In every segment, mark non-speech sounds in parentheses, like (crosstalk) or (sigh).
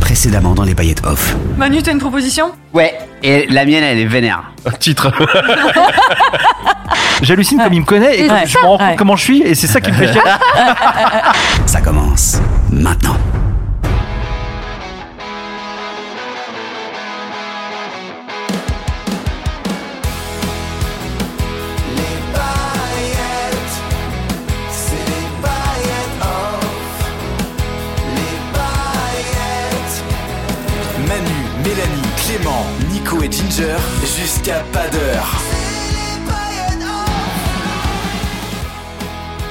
précédemment dans les paillettes off. Manu, t'as une proposition Ouais, et la mienne, elle est vénère. Titre. J'hallucine comme il me connaît et C'est comme je me rends compte ouais. comment je suis et c'est ça qui me fait chier. Ça commence maintenant. Manu, Mélanie, Clément, Nico et Ginger, jusqu'à pas d'heure.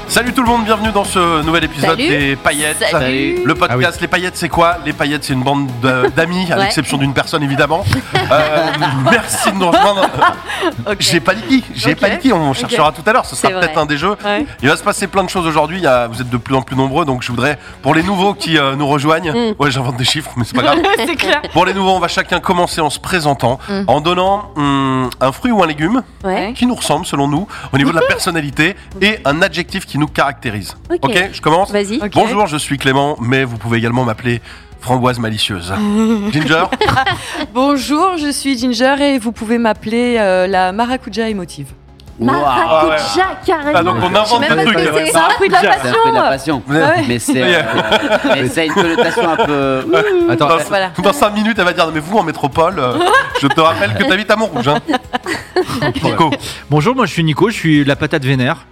Salut tout le monde, bienvenue dans ce nouvel épisode Salut. des paillettes. Salut. Le podcast Les paillettes, c'est quoi Les paillettes, c'est une bande de- (laughs) d'amis, à Ouais. l'exception d'une personne évidemment. Euh, merci de nous rejoindre. (laughs) Ok. J'ai pas dit qui, j'ai Ok. pas dit qui, on cherchera tout à l'heure, ce C'est sera vrai. peut-être un des jeux. Ouais. Il va se passer plein de choses aujourd'hui, il y a- vous êtes de plus en plus nombreux, donc je voudrais, pour les nouveaux qui euh, nous rejoignent, Mm. ouais j'invente des chiffres, mais c'est pas grave. (laughs) C'est clair. Pour les nouveaux, on va chacun commencer en se présentant, Mm. en donnant hum, un fruit ou un légume Ouais. qui nous ressemble selon nous au niveau de la personnalité et un adjectif qui nous caractérise. Ok. Bah, je commence. Vas-y. Ok. Bonjour, je suis Clément, mais vous pouvez également m'appeler framboise (laughs) malicieuse. Ginger, Bonjour, je suis Ginger et vous pouvez m'appeler euh, la maracuja émotive. Maracuja, ah, donc carrément. on invente Je des sais même pas trucs. ce que ouais. c'est. fruit de la C'est un peu de la passion. Ouais. Mais c'est Ouais. euh, mais ça a une connotation un peu. Attends, Dans- Voilà. Dans 5 minutes, elle va dire Non, mais vous en métropole, euh, (laughs) je te rappelle que t'habites à Montrouge. Hein. Nico, bonjour, moi je suis Nico, je suis la patate vénère.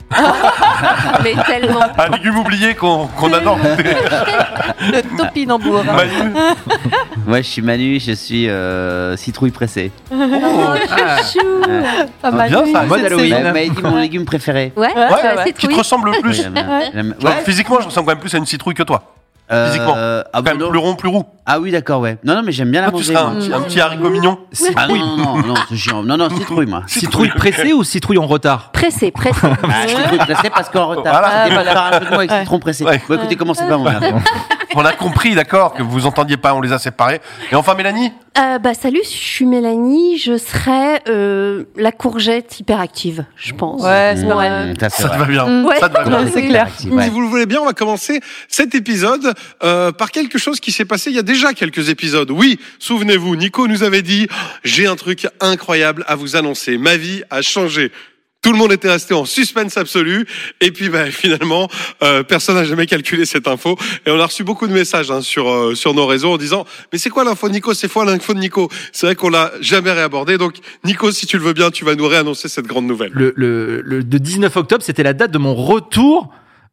Mais tellement. un légume oublié qu'on qu'on (laughs) adore. Le topinambour. Ah, Ah, bah, Manu, Moi, je suis Manu, je suis euh, citrouille pressée. Oh, chouchou. Pas bien, Ah, ça, mode Vous Halloween. m'avez dit mon légume préféré. Ouais, Ouais, c'est la ouais. qui te citrouille. ressemble le plus J'aime bien, j'aime- Genre, ouais, Physiquement, je ressemble quand même plus à une citrouille que toi. euh, physiquement. ah, Quand bon, même non. plus rond, plus roux. Ah oui, d'accord, ouais. Non, non, mais j'aime bien la Toi, tu manger. serais un, moi. petit- un petit haricot mignon. Ah non, non, non, non, c'est chiant. Non, non, citrouille, moi. Citrouille pressée ou citrouille en retard Pressé, pressé. Ah, citrouille pressée parce qu'en retard. Voilà. C'était pour faire un peu de moi avec citron pressé. Ouais. Bon, écoutez, commencez pas, mon gars. On a compris, d'accord, que vous entendiez pas, on les a séparés. Et enfin, Mélanie, (laughs) Euh, bah, salut, je suis Mélanie, je serais euh, la courgette hyperactive, je pense. Ouais, c'est pas mal. Mmh, ça, c'est ça te vrai. va bien. Ouais. Ça te va bien. Mm. Ouais, c'est clair. Ouais. Si vous le voulez bien, on va commencer cet épisode euh, par quelque chose qui s'est passé il y a déjà quelques épisodes. Oui, souvenez-vous, Nico nous avait dit j'ai un truc incroyable à vous annoncer. Ma vie a changé. Tout le monde était resté en suspense absolu. Et puis bah, (laughs) finalement, euh, personne n'a jamais calculé cette info. Et on a reçu beaucoup de messages hein, sur, euh, sur nos réseaux en disant Mais c'est quoi l'info de Nico C'est quoi l'info de Nico C'est vrai qu'on l'a jamais réabordé. Donc Nico, si tu le veux bien, tu vas nous réannoncer cette grande nouvelle. le, le, le- le 19 octobre, c'était la date de mon retour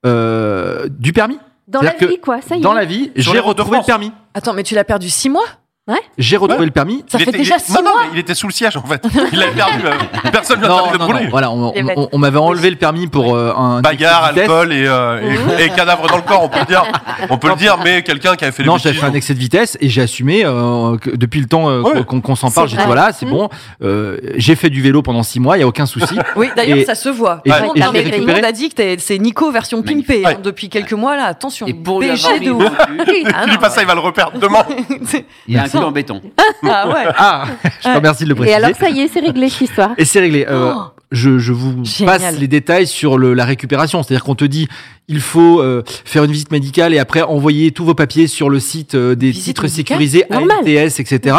euh, du permis. Dans la C'est-à-dire vie, quoi, ça y est. Dans la vie, Sur j'ai les routes de retrouvé le France. permis. Attends, mais tu l'as perdu 6 mois J'ai retrouvé Ouais. le permis. Ça Il fait était- déjà il- six non, non, mois. mais il était sous le siège, en fait. (laughs) Il a perdu. euh, personne ne l'a Non, permis de non, brûler. non, voilà, on, Les on- bêtes. on- on m'avait enlevé le permis pour euh, un Bagarre, excès de vitesse. alcool et, euh, et, et cadavre dans le corps, on peut le dire. On peut le dire, mais quelqu'un qui avait fait des Non, j'avais bêtises, fait un donc- excès de vitesse et j'ai assumé euh, que depuis le temps euh, qu'on- Ouais. qu'on qu'on s'en parle. C'est J'ai dit vrai. voilà, c'est Mm. bon. euh, j'ai fait du vélo pendant six mois, il y a aucun (laughs) souci. Oui, d'ailleurs, Et- ça se voit. et- Tout le monde- et non, je mais l'ai tout le récupéré. monde a dit que t'es- c'est Nico version pimpée hein, depuis quelques mois là. Attention, Et pour lui avoir BG mis de une ouf. coupure, Ah, (laughs) Il dit non. pas ça, il va le reperdre (laughs) demain. il y a un cul en béton. Ah ouais. Ah, (laughs) je te Ouais. remercie de le Et préciser. alors, ça y est, c'est réglé cette histoire. Et c'est réglé. Euh, Oh. je, je vous Génial. passe les détails sur le- la récupération. C'est-à-dire qu'on te dit, il faut euh, faire une visite médicale et après envoyer tous vos papiers sur le site euh, des Visite titres médicale sécurisés, Normal. ANTS, etc.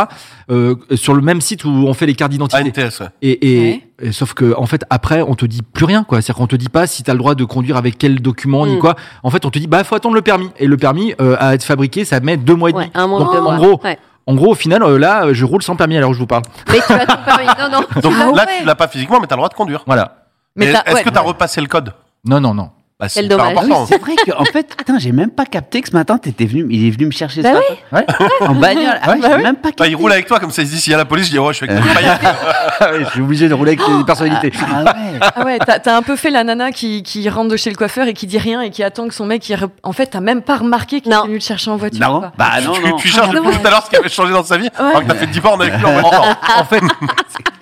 euh, sur le même site où on fait les cartes d'identité. ANTS, ouais. Et, et- Ouais. et sauf que en fait après on te dit plus rien quoi, c'est-à-dire qu'on te dit pas si t'as le droit de conduire avec quel document ni Mm. quoi. En fait on te dit bah faut attendre le permis et le permis euh, à être fabriqué ça met deux mois et demi. Ouais, un manque Donc, de en moi. gros, Ouais. en gros au final euh, là euh, je roule sans permis alors je vous parle. Mais tu as ton permis. Non, non. Donc Ah là, ouais. tu l'as pas physiquement, mais t'as le droit de conduire. Voilà. Mais Et t'as- Est-ce ouais. que t'as repassé le code Non non non. bah, Quel C'est pas dommage. important. (laughs) C'est vrai qu'en fait, putain, j'ai même pas capté que ce matin, t'étais venu, il est venu me chercher Bah ce matin. En bagnole. Ah, Ouais. j'ai même pas capté. Bah, il roule avec toi comme ça, il se dit s'il y a la police, je dis ouais, je (laughs) suis avec toi. Ah oui, je suis obligé de rouler avec Oh les personnalités. Ah ouais. Ah ouais, t'as t'as un peu fait la nana qui, qui rentre de chez le coiffeur et qui dit rien et qui attend que son mec. Il re- En fait, t'as même pas remarqué qu'il est Non. venu te chercher en voiture. Non, quoi. Ah bah non, tu, non. tu Ah cherches depuis tout à l'heure ce qui avait changé dans sa vie, alors que t'as fait 10 bornes avec lui en voiture. Ah, En fait,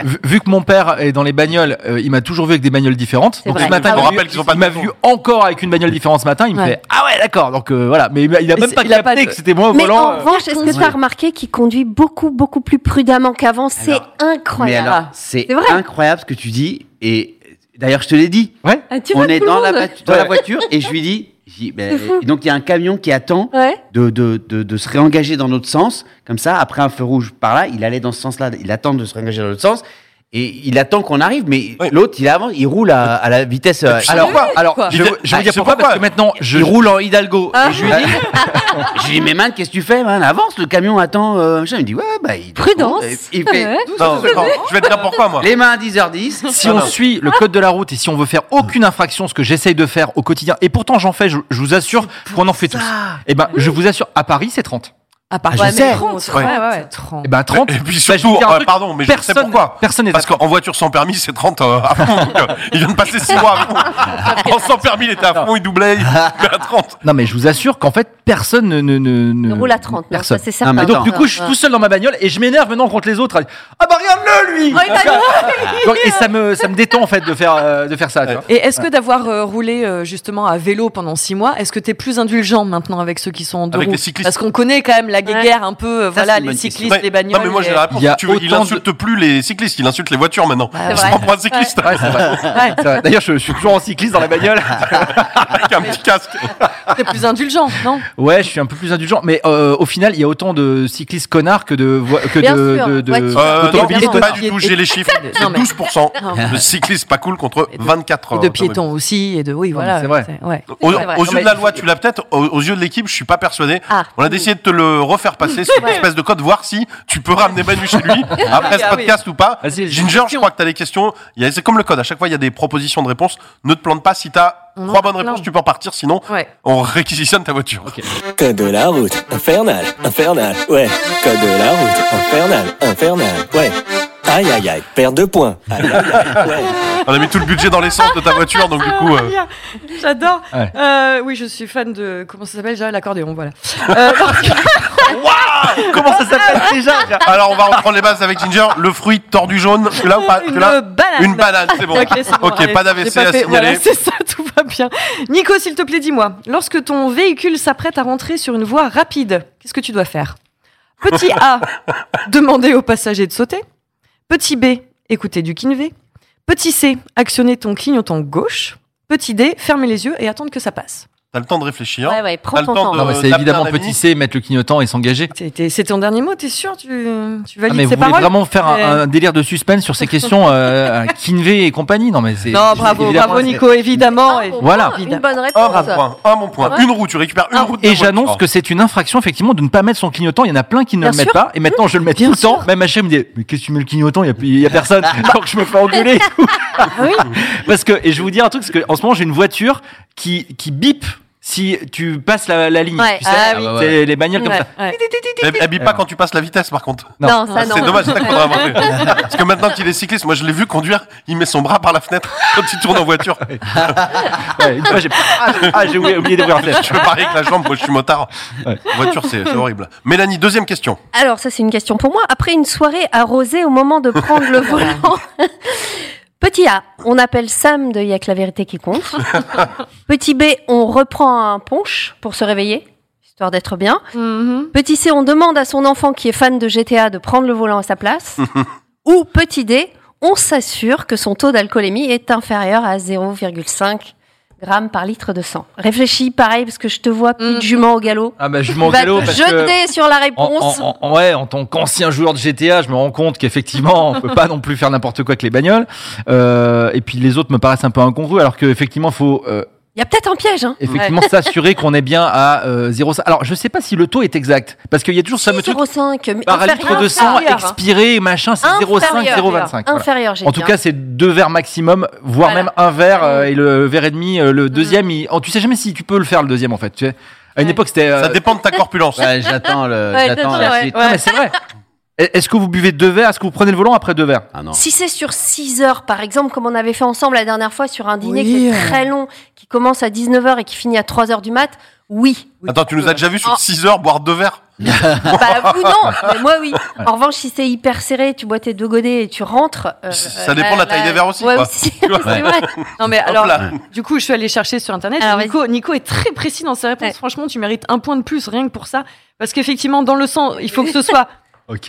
vu- vu que mon père est dans les bagnoles, euh, il m'a toujours vu avec des bagnoles différentes. C'est Donc vrai. ce matin, Ah il m'a oui. vu- rappelle qu'ils ont pas il de m'a moto. vu encore avec une bagnole différente ce matin. Il me Ouais. fait ah ouais d'accord. Donc euh, voilà, mais il m'a- il a même c'est- pas il a capté pas de- que c'était moi au (laughs) Mais volant. euh, en revanche, est-ce que tu as remarqué qu'il conduit beaucoup, beaucoup plus prudemment qu'avant C'est Alors, Mais incroyable. alors, c'est C'est vrai. incroyable ce que tu dis. Et d'ailleurs, je te l'ai dit. Ouais. Ah, tu On vois est tout le dans, la, monde. voiture- dans la voiture et je lui dis J'ai dit, ben, et donc il y a un camion qui attend Ouais. de, de, de, de se réengager dans l'autre sens. Comme ça, après un feu rouge par là, il allait dans ce sens-là. Il attend de se réengager dans l'autre sens. Et il attend qu'on arrive, mais Oui. l'autre, il avance, il roule à, à la vitesse. euh, Alors, quoi alors, Quoi je, vais- je vais vous dire C'est pourquoi, pourquoi parce que maintenant, je, Il roule en Hidalgo. Ah. Et je lui dis, (laughs) je lui dis, mais man, qu'est-ce que tu fais, man Avance, le camion attend. euh, machin. il me dit, ouais, bah, il Prudence. Il fait Ouais. douce, Non, douce, non, je vais te dire pourquoi, moi. les mains à 10h10. si on suit le code de la route et si on veut faire aucune infraction, ce que j'essaye de faire au quotidien, et pourtant j'en fais, je, je vous assure qu'on en fait tous. Eh ben, je vous assure, à Paris, c'est 30. À part Ah, je ouais, mais sais. 30, ouais, Ouais. ouais, ouais, 30. Eh ben, 30. Et puis bah, je vais vous surtout, dire un euh, truc, pardon, mais je sais personne, pourquoi. Personne n'est Parce qu'en voiture sans permis, c'est 30 euh, à fond. donc, euh, il vient de passer 6 mois à (laughs) fond. En sans permis, il était à fond, il doublait, il était à 30. Non, mais je vous assure qu'en fait, personne ne. ne, ne- ne- roule à 30, non, Hmm. personne. ça, c'est certain. Et donc, du Non, coup, je suis non. tout seul dans ma bagnole et je m'énerve maintenant contre les autres. Ah bah, regarde-le, Oh, lui Donc, Et ça me, ça me détend, en fait, de faire, euh, de faire ça. tu vois. Et est-ce que d'avoir euh, roulé euh, justement à vélo pendant six mois, est-ce que t'es plus indulgent maintenant avec ceux qui sont en deux Avec roues les cyclistes. Parce qu'on connaît quand même la guéguerre un peu, euh, c'est voilà, une les bonne cyclistes, Ouais. les bagnoles. Non, mais moi, j'ai et- la réponse. Il y a Tu veux, il autant de- insulte plus les cyclistes, il insulte les voitures maintenant. Ouais, Je Bah, ouais. prends pour un cycliste Ouais, c'est vrai. C'est vrai. D'ailleurs, je, je suis toujours en cycliste dans la bagnole. avec un petit casque. T'es plus indulgent, (laughs) non Ouais, je suis un peu plus indulgent, mais euh, au final, il y a autant de cyclistes connards que de voi- que Bien de, sûr, de, de- voiture. Euh, non, d'automobilistes évidemment. pas connards. du tout, j'ai les chiffres. Non, C'est mais- 12% de cyclistes pas cool contre Et de- 24 Et euh, de piétons aussi, et de oui, mais voilà. c'est vrai. ouais. Aux, C'est vrai. aux Non, yeux mais de la il loi, faut- tu l'as peut-être. Aux, aux yeux de l'équipe, je suis pas persuadé. Ah. On a essayé de te le refaire passer, cette espèce de code, voir si tu peux ramener Manu chez lui après ce (laughs) Ah oui. podcast ou pas. Vas-y, Ginger, je crois que t'as des questions. Il y a- C'est comme le code. À chaque fois, il y a des propositions de réponses. Ne te plante pas. Si t'as On en trois bonnes plante. réponses, tu peux repartir. Sinon, Ouais. on réquisitionne ta voiture. Code de la route, infernal, infernal, ouais. Code de la route, infernal, infernal, ouais. Aïe aïe aïe, perte de points. Aïe aïe aïe, ouais. On a mis tout le budget dans l'essence de ta voiture, donc du (laughs) coup. euh, Bien. Ah, J'adore. Ouais. Euh, oui, je suis fan de comment ça s'appelle déjà l'accordéon, (laughs) voilà. Euh, Comment ça s'appelle déjà Alors, on va reprendre les bases avec Ginger. Le fruit tordu jaune. Tu l'as ou (laughs) pas Tu une l'as banane. Ah, Une banane, c'est bon. (laughs) Ok, c'est bon, Ok, allez, pas j'ai d'AVC pas à fait- signaler. Voilà, (laughs) c'est ça, tout va bien. Nico, s'il te plaît, dis-moi, lorsque ton véhicule s'apprête à rentrer sur une voie rapide, qu'est-ce que tu dois faire Petit (laughs) A, demander aux passagers de sauter. Petit B, écouter du Kinvé. Petit C, actionner ton clignotant gauche. Petit D, fermer les yeux et attendre que ça passe. T'as le temps de réfléchir. Ouais, ouais, T'as prends le ton temps temps. de- Non, mais Euh, c'est tape évidemment dans la petit limite. C, mettre le clignotant et s'engager. T'es- t'es- C'est ton dernier mot, t'es sûr tu, tu Ah, valides mais vous ces voulez paroles vraiment faire un, un délire de suspense sur ces questions euh, à Kinvey et compagnie Non, mais c'est. Non, c'est Oh. bravo, évidemment- bravo Nico, évidemment. Ah, Et- au Voilà. moins, Une bonne Un réponse. point, un bon point. Une roue, tu récupères une roue. de Et voiture. j'annonce que c'est une infraction, effectivement, de ne pas mettre son clignotant. Il y en a plein qui ne Bien le mettent sûr. pas. Et maintenant, je le mets tout le temps. Même ma chérie me dit Mais qu'est-ce que tu mets le clignotant Il y a- Il n'y a, personne. (laughs) Donc, je me fais engueuler. (laughs) parce que, et je vais vous dire un truc, parce que en ce moment, j'ai une voiture qui, qui bip si tu passes la, la ligne. Ouais. Tu sais, Ah oui. c'est les bagnoles comme Ouais, ça. ouais. Oh. Elle, elle bip pas quand tu passes la vitesse, par contre. Non, ça non. C'est dommage, c'est ça qu'on devrait inventer. Parce que maintenant qu'il est cycliste, moi je l'ai vu conduire, il met son bras par la fenêtre quand il tourne en (laughs) voiture. Ouais, une fois, j'ai (laughs) ah, j'ai- ah, j'ai oublié, oublié d'ouvrir la fenêtre. Je peux parler avec la jambe, moi je suis motard. Ouais. Voiture, c'est c'est horrible. Mélanie, deuxième question. Alors, ça, c'est une question pour moi. Après une soirée arrosée au moment de prendre (laughs) le volant. (laughs) Petit A, on appelle Sam de Y'a que la vérité qui compte. (laughs) Petit B, on reprend un punch pour se réveiller, histoire d'être bien. Mhm. Petit C, on demande à son enfant qui est fan de GTA de prendre le volant à sa place. Ou petit D, on s'assure que son taux d'alcoolémie est inférieur à 0,5 grammes par litre de sang. Réfléchis pareil, parce que je te vois plus de Mm. jument au galop. Ah, bah, je m'en Va galop te parce que. jeter sur la En, réponse. en- en- ouais, en tant qu'ancien joueur de GTA, je me rends compte qu'effectivement, on peut pas non plus faire n'importe quoi avec les bagnoles. Euh, et puis les autres me paraissent un peu incongrus, alors qu'effectivement, faut euh, Il y a peut-être un piège, hein effectivement s'assurer qu'on est bien à euh, 0,5. Alors, je sais pas si le taux est exact, parce qu'il y a toujours ce fameux truc 0,5 mais par inférieur. litre de sang inférieur, hein. expiré, machin, c'est Inférieur, 0,5, inférieur. 0,25. voilà. Inférieur, j'ai En tout dit, cas, hein. c'est deux verres maximum, voire Voilà. Mmh. même un verre euh, et le verre et demi. euh, le deuxième, il- oh, tu sais jamais si tu peux le faire le deuxième en fait. Tu sais. À une Ouais. époque, c'était. euh, Ça dépend de ta corpulence. Ouais, j'attends le, Ouais, j'attends j'attends, la ouais, suite. Non, mais c'est vrai. Est-ce que vous buvez deux verres Est-ce que vous prenez le volant après deux verres Ah non. Si c'est sur 6 heures, par exemple, comme on avait fait ensemble la dernière fois sur un dîner Oui, qui est euh. très long, qui commence à 19h et qui finit à 3h du mat, oui. Attends, tu nous as déjà vu sur 6 heures boire deux verres (laughs) Bah, vous non, mais moi oui. En revanche, si c'est hyper serré, tu bois tes deux godets et tu rentres. euh, Ça euh, dépend de la taille des verres aussi, Ouais, quoi. aussi, Tu vois (laughs) c'est vrai. Non mais Hop alors, là. du coup, je suis allée chercher sur internet. Alors, Nico, Nico est très précis dans ses réponses. Ouais. Franchement, tu mérites un point de plus rien que pour ça, parce qu'effectivement, dans le sang, il (laughs) faut que ce soit,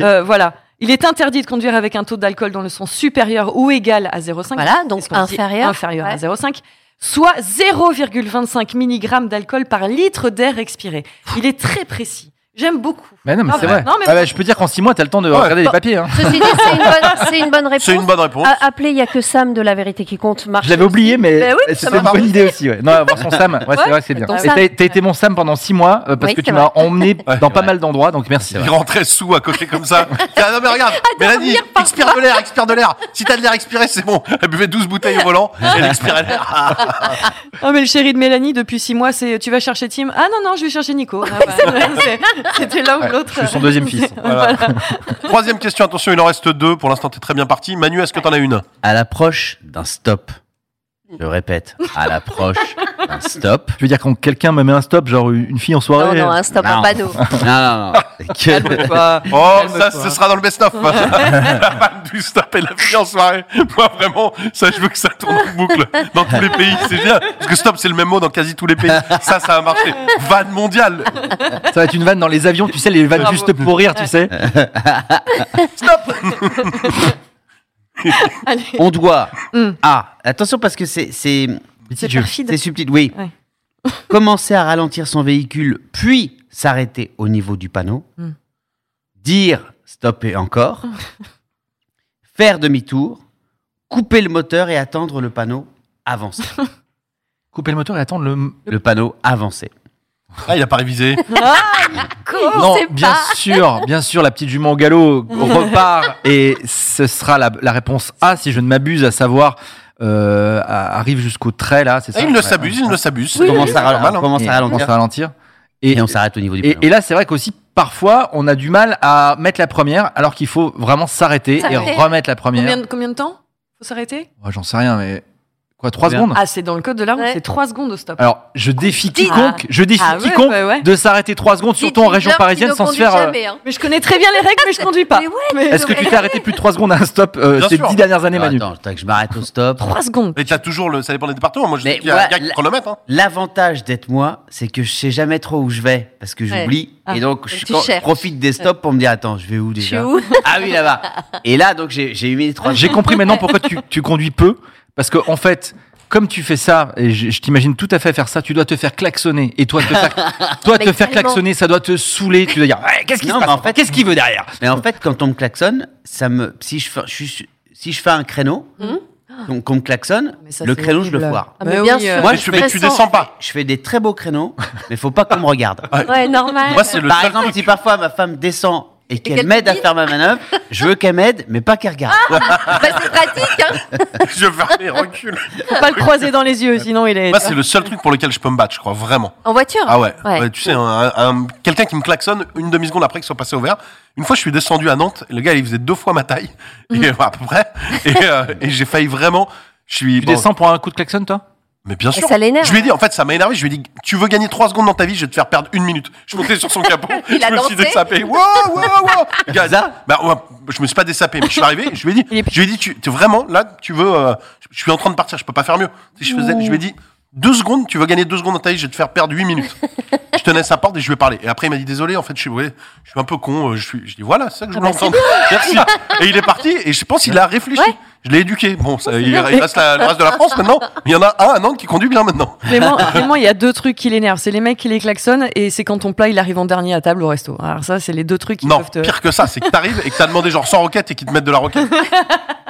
euh, voilà, il est interdit de conduire avec un taux d'alcool dans le sang supérieur ou égal à 0,5. Voilà, donc Qu'est-ce qu'on dit inférieur. inférieur Ouais. à 0,5. soit 0,25 mg d'alcool par litre d'air expiré. Il est très précis. J'aime beaucoup. Mais non, mais Ah c'est bah, vrai. non, mais- Ah bah, je peux dire qu'en 6 mois, t'as le temps de Ouais. regarder les Bah, papiers. hein. Ceci dit, c'est une bonne, c'est une bonne réponse. (laughs) C'est une bonne réponse. A- Appelez, il n'y a que Sam de la vérité qui compte. Marche Je l'avais oublié, mais Bah oui, ça c'était une marche. bonne idée aussi. Ouais. Non, avoir son Sam, ouais, c'est Ouais, vrai, c'est bien. ton Et Sam. t'as t'as été mon Sam pendant 6 mois euh, parce Oui, que tu c'est vrai. m'as (laughs) emmené dans pas vrai. mal d'endroits, donc merci. Il rentrait sous à côté comme ça. Tiens, non mais regarde, Mélanie, dormir par expire de l'air, expire de l'air. Si t'as de l'air expiré, c'est bon. Elle buvait 12 bouteilles au volant, elle expirait de l'air. Ah, Oh, mais le chéri de Mélanie, depuis six mois, c'est tu vas chercher Tim Ah non, non, je vais chercher Nico. (laughs) Ah, bah, c'est- C'était l'un ou l'autre. Je suis son deuxième (laughs) fils. (laughs) voilà. Troisième question, attention, il en reste deux. Pour l'instant, t'es très bien parti. Manu, est-ce que t'en as une À l'approche d'un stop. Je répète, à l'approche d'un stop. Tu veux dire quand quelqu'un me met un stop, genre une fille en Non, soirée euh, non, un stop, un Non. panneau. (laughs) Non, non, (laughs) non. Que- Oh, ça, ce sera dans le best-of. la femme du stop et la fille en soirée. Moi, vraiment, ça, je veux que ça tourne en boucle dans tous les pays. C'est bien. Parce que stop, c'est le même mot dans quasi tous les pays. Ça, ça a marché. Vanne mondiale. Ça va être une vanne dans les avions, tu sais, les vannes Bravo. juste pour rire, (laughs) tu sais. (laughs) On doit. Mm. Ah, attention parce que c'est c'est Petit C'est jeu. perfide. c'est subtil. Oui. Ouais. (laughs) Commencer à ralentir son véhicule, puis s'arrêter au niveau du panneau. Mm. Dire stop (laughs) et encore. Faire demi-tour. Couper le moteur et attendre le panneau (laughs) avancer. Couper le moteur et attendre le. le panneau avancé. Ah, il a pas révisé. Comment non, c'est bien (laughs) pas sûr, bien sûr, la petite jument au galop repart et ce sera la, la réponse A, si je ne m'abuse, à savoir euh, à- arrive jusqu'au trait là, c'est ça Ah, Il ne Ouais. s'abuse, il ne s'abuse. on commence, à, ra- Normal, hein. on commence à Et on ralentir. commence à ralentir. Et, Et on s'arrête hein. au niveau du et- panneau. et là, c'est vrai qu'aussi, parfois, on a du mal à mettre la première, alors qu'il faut vraiment s'arrêter et S'arrêter. remettre la première. Combien, de- combien de temps Faut s'arrêter Oh, J'en sais rien, mais. Quoi, 3 Combien secondes Ah, c'est dans le code de la route, Ouais. c'est 3 secondes au stop. Alors, je défie quiconque, je défie Ah ouais, quiconque ouais, ouais. de s'arrêter 3 secondes, surtout en Dites-leur région qu'ils parisienne, ne sans se conduisent faire. euh, jamais, hein. Mais je connais très bien les règles, mais je conduis pas. Mais ouais, Est-ce que tu t'es arrêté plus de 3 secondes à un stop euh, Bien ces sûr. 10 dernières années, Alors, Manu Oh, attends, tac, je m'arrête au stop. 3 secondes. Et t'as toujours le, ça dépend des départements. Moi, je Mais sais qu'il y a un voilà, gars qui la- chronomètre. Hein. L'avantage d'être moi, c'est que je sais jamais trop où je vais parce que j'oublie Ah, et donc donc je tu quand- cherches. profite des stops pour me dire attends je vais où Je suis déjà où Ah oui là-bas. Et là donc j'ai j'ai eu mes trois. J'ai compris maintenant pourquoi tu, tu conduis peu. Parce que, en fait, comme tu fais ça, et je, je t'imagine tout à fait faire ça, tu dois te faire klaxonner. Et toi, te faire, toi, Mais te faire tellement. klaxonner, ça doit te saouler. Tu dois dire, Ouais, qu'est-ce qu'il se Non, mais passe en fait- Qu'est-ce qu'il veut derrière Mais en fait quand on me klaxonne, ça me si je fais, je suis- si je fais un créneau, donc qu'on me klaxonne, Ah, Mais ça, le c'est créneau je le horrible. foire. Ah, mais bien euh, sûr. Moi, Mais je tu, mais tu stressant. descends pas. Je fais des très beaux créneaux, mais faut pas qu'on me regarde. Ouais, normal. Moi, c'est le Par seul exemple, truc. si parfois ma femme descend et qu'elle qu'elle m'aide te à dit- faire ma manœuvre, je veux qu'elle m'aide, mais pas qu'elle regarde. Bah, c'est pratique, hein. (laughs) Je ferme les reculs. Faut pas le croiser dans les yeux, sinon il est. Moi, c'est le seul truc pour lequel je peux me battre, je crois, vraiment. En voiture. Ah ouais. Ouais. Ouais, tu sais, un- un- quelqu'un qui me klaxonne une demi-seconde après qu'il soit passé au vert. Une fois, je suis descendu à Nantes. Le gars, il faisait deux fois ma taille. Et, Mhm. (laughs) à peu près. Et, euh, et j'ai failli vraiment. Je suis. Tu bon, descends pour un coup de klaxon, toi Mais bien Et sûr. Ah, ça l'énerve. Je lui ai dit, en fait, ça m'a énervé. Je lui ai dit, tu veux gagner 3 secondes dans ta vie, je vais te faire perdre une minute. Je montais sur son capot. (laughs) Il je a me suis dansé. dessapé. Wow, wow, wow. Le gars, bah, ouais, je me suis pas dessapé, mais je suis arrivé. Je lui ai dit, Il est- je lui ai dit, tu, tu- vraiment, là, tu veux, euh, je suis en train de partir, je peux pas faire mieux. Si Je, faisais, je lui ai dit, deux secondes, tu veux gagner deux secondes dans ta vie, je vais te faire perdre 8 minutes. je tenais sa porte et je lui ai parlé. Et après, il m'a dit, désolé, en fait, je suis, ouais, je suis un peu con. euh, Je suis, je dis, voilà, c'est ça que Ah je voulais entendre. Merci. Et il est parti et je pense qu'il a réfléchi. bah, Ouais. Oh, Je l'ai éduqué. Bon, ça, il, il reste la- le reste de la France maintenant. Il y en a un à Nantes qui conduit bien maintenant. Clément, Clément, il y a deux trucs qui l'énervent. C'est les mecs qui les klaxonnent et c'est quand ton plat il arrive en dernier à table au resto. Alors ça, c'est les deux trucs qui non, peuvent te. pire que ça, c'est que t'arrives et que t'as demandé genre 100 roquettes et qu'ils te mettent de la roquette.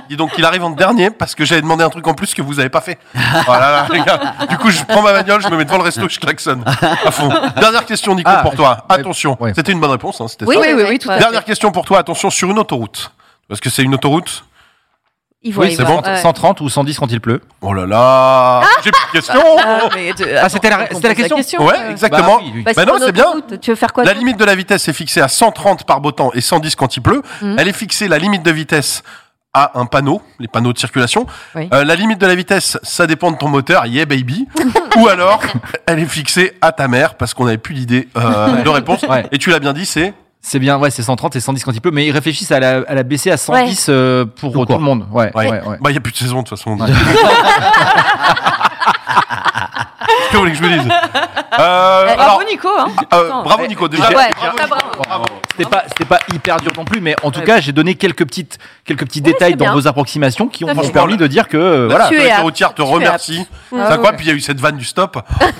Dis donc, il arrive en dernier parce que j'avais demandé un truc en plus que vous avez pas fait. Voilà, les gars. Du coup, je prends ma bagnole, je me mets devant le resto, je klaxonne à fond. Dernière question, Nico, Ah, pour toi. ouais, Attention, ouais. c'était une bonne réponse, hein, c'était Oui, ça. oui, oui, tout à fait. Dernière question pour toi. Attention sur une autoroute. Parce que c'est une autoroute. Il voit, Oui, il c'est voit. bon, bah, Ouais. 130 ou 110 quand il pleut Oh là Ah là, j'ai plus de questions. Ah, mais te- Ah, attends, c'était la, on c'était la pose question Ouais, exactement. Bah oui, oui. Bah, Bah non, sur c'est bien. l'autoroute, Tu veux faire quoi La toi limite de la vitesse est fixée à 130 par beau temps et 110 quand il pleut. Hum. Elle est fixée, la limite de vitesse, à un panneau, les panneaux de circulation. Oui. Euh, la limite de la vitesse, ça dépend de ton moteur, (laughs) yeah baby. Ou alors, elle est fixée à ta mère parce qu'on n'avait plus d'idée euh, de réponse. Ouais. Et tu l'as bien dit, c'est C'est bien, ouais, c'est 130 et 110 quand il pleut, mais ils réfléchissent à la, à la baisser à 110 euh, pour Tout tout, court. (laughs) le monde. Ouais, ouais, ouais. Bah, il n'y a plus de saison de toute façon. Qu'est-ce que vous voulez que je vous dise Euh, Eh, alors, Bravo Nico. hein. euh, Attends. bravo Nico, déjà. Ouais, bravo, ah, Nico. bravo. Bravo. C'était pas, c'était pas hyper dur non plus, mais en tout Ouais. cas, j'ai donné quelques petites, quelques petits Ouais, détails c'est dans bien. vos approximations qui ont Tout à fait. permis de dire que euh, La voilà. Tu es sécurité apte. routière te Tu es remercie. Mmh. Ah C'est quoi ouais. Puis il y a eu cette vanne du stop,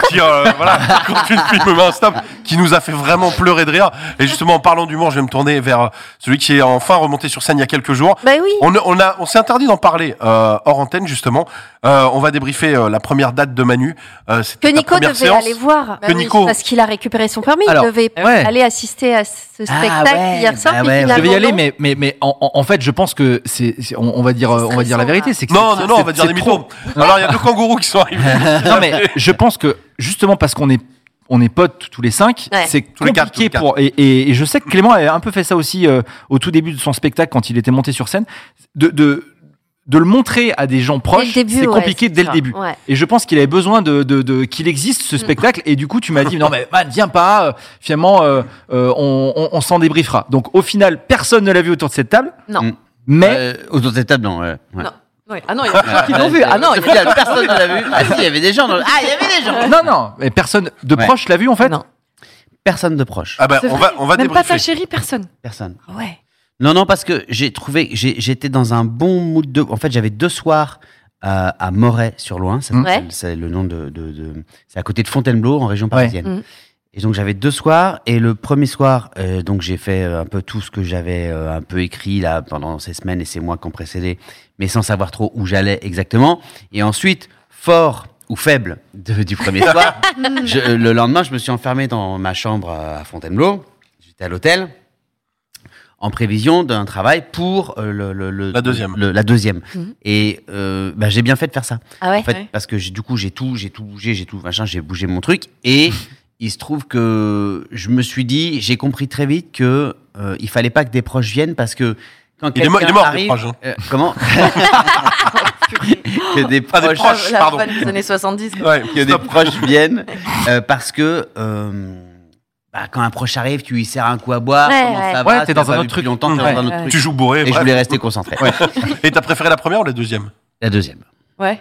qui, euh, (laughs) voilà, quand une fille me met un stop, qui nous a fait vraiment pleurer de rire. Et justement, en parlant d'humour, je vais me tourner vers euh, celui qui est enfin remonté sur scène il y a quelques jours. Bah oui. On, on, a- on s'est interdit d'en parler euh, hors antenne, justement. Euh, on va débriefer euh, la première date de Manu. Euh, Que c'était la Nico première devait séance. aller voir. Bah Que Nico. Parce qu'il a récupéré son permis. Alors, il devait ouais. aller assister à ce Ah, spectacle ouais, hier soir. bah puis ouais, Je finalement, devais y aller, non. mais, mais, mais en, en- en fait, je pense que c'est, c'est- on, on va dire, euh, on va dire la stressant, hein. vérité. là. C'est que Non, c'est- non, non, on c'est- va dire c'est des trop. mythos. Alors, il y a deux kangourous qui sont arrivés. (laughs) non (laughs) mais je pense que justement parce qu'on est on est potes tous les cinq, Ouais. c'est les quatre, tous les compliqué pour et, et- et je sais que Clément a un peu fait ça aussi euh, au tout début de son spectacle quand il était monté sur scène de de, de le montrer à des gens Dès le proches, début, c'est ouais, compliqué c'est dès le ça. début. Ouais. Et je pense qu'il avait besoin de, de, de- qu'il existe ce spectacle. Et du coup, tu m'as dit non mais man, viens pas. euh, Finalement, euh, euh, on, on- on s'en débriefera. Donc au final, personne ne l'a vu autour de cette table. Non. Mm. Mais Euh, autour de cette table, non. ouais. Ouais. Non. Ouais. Ah non, il y a des gens qui l'ont vu. Ah non, il y a- personne (laughs) ne l'a vu. Ah si, il y avait des gens. Dans le- Ah, il y avait des gens. non non, mais personne de Ouais. proche l'a vu en fait. Non. Personne de proche. Ah ben, C'est on va, vrai. on va Même pas ta débriefer. chérie, (laughs) personne. Personne. Ah Ouais. Non, non, parce que j'ai trouvé, j'ai- j'étais dans un bon mood de. En fait, j'avais deux soirs euh, à Moret sur Loing, ça Mm. s'appelle- Ouais. c'est le nom de, de- de- c'est à côté de Fontainebleau en région parisienne. Mm. Et donc j'avais deux soirs et le premier soir, euh, donc j'ai fait euh, un peu tout ce que j'avais euh, un peu écrit là pendant ces semaines et ces mois qui ont précédé, mais sans savoir trop où j'allais exactement. Et ensuite, fort ou faible de- du premier soir, je- euh, le lendemain, je me suis enfermé dans ma chambre euh, à Fontainebleau. J'étais à l'hôtel en prévision d'un travail pour euh, le, le- le- La deuxième. le- la deuxième. Mhm. Et euh, bah, j'ai bien fait de faire ça. Ah ouais. En fait, Ouais. parce que j'ai- du coup, j'ai tout, j'ai tout bougé, j'ai tout machin, j'ai bougé mon truc. Et il se trouve que je me suis dit, j'ai compris très vite que euh, il fallait pas que des proches viennent parce que quand Il est quelqu'un mo- il est mort, des arrive, proches, hein. euh, comment que (laughs) des Ah, des proches, proches, La pardon. vanne des années 70. Ouais, que des stop. proches viennent euh, parce que euh, bah, quand un proche arrive, tu lui sers un coup à boire, Ouais, comment ouais. ça Ouais, va, t'es tu dans l'as pas un vu autre depuis truc. Hum. longtemps, t'es Ouais. dans un autre Tu truc. joues bourré. Et je bref. voulais rester concentré. Et t'as préféré la première ou la deuxième La deuxième. Ouais.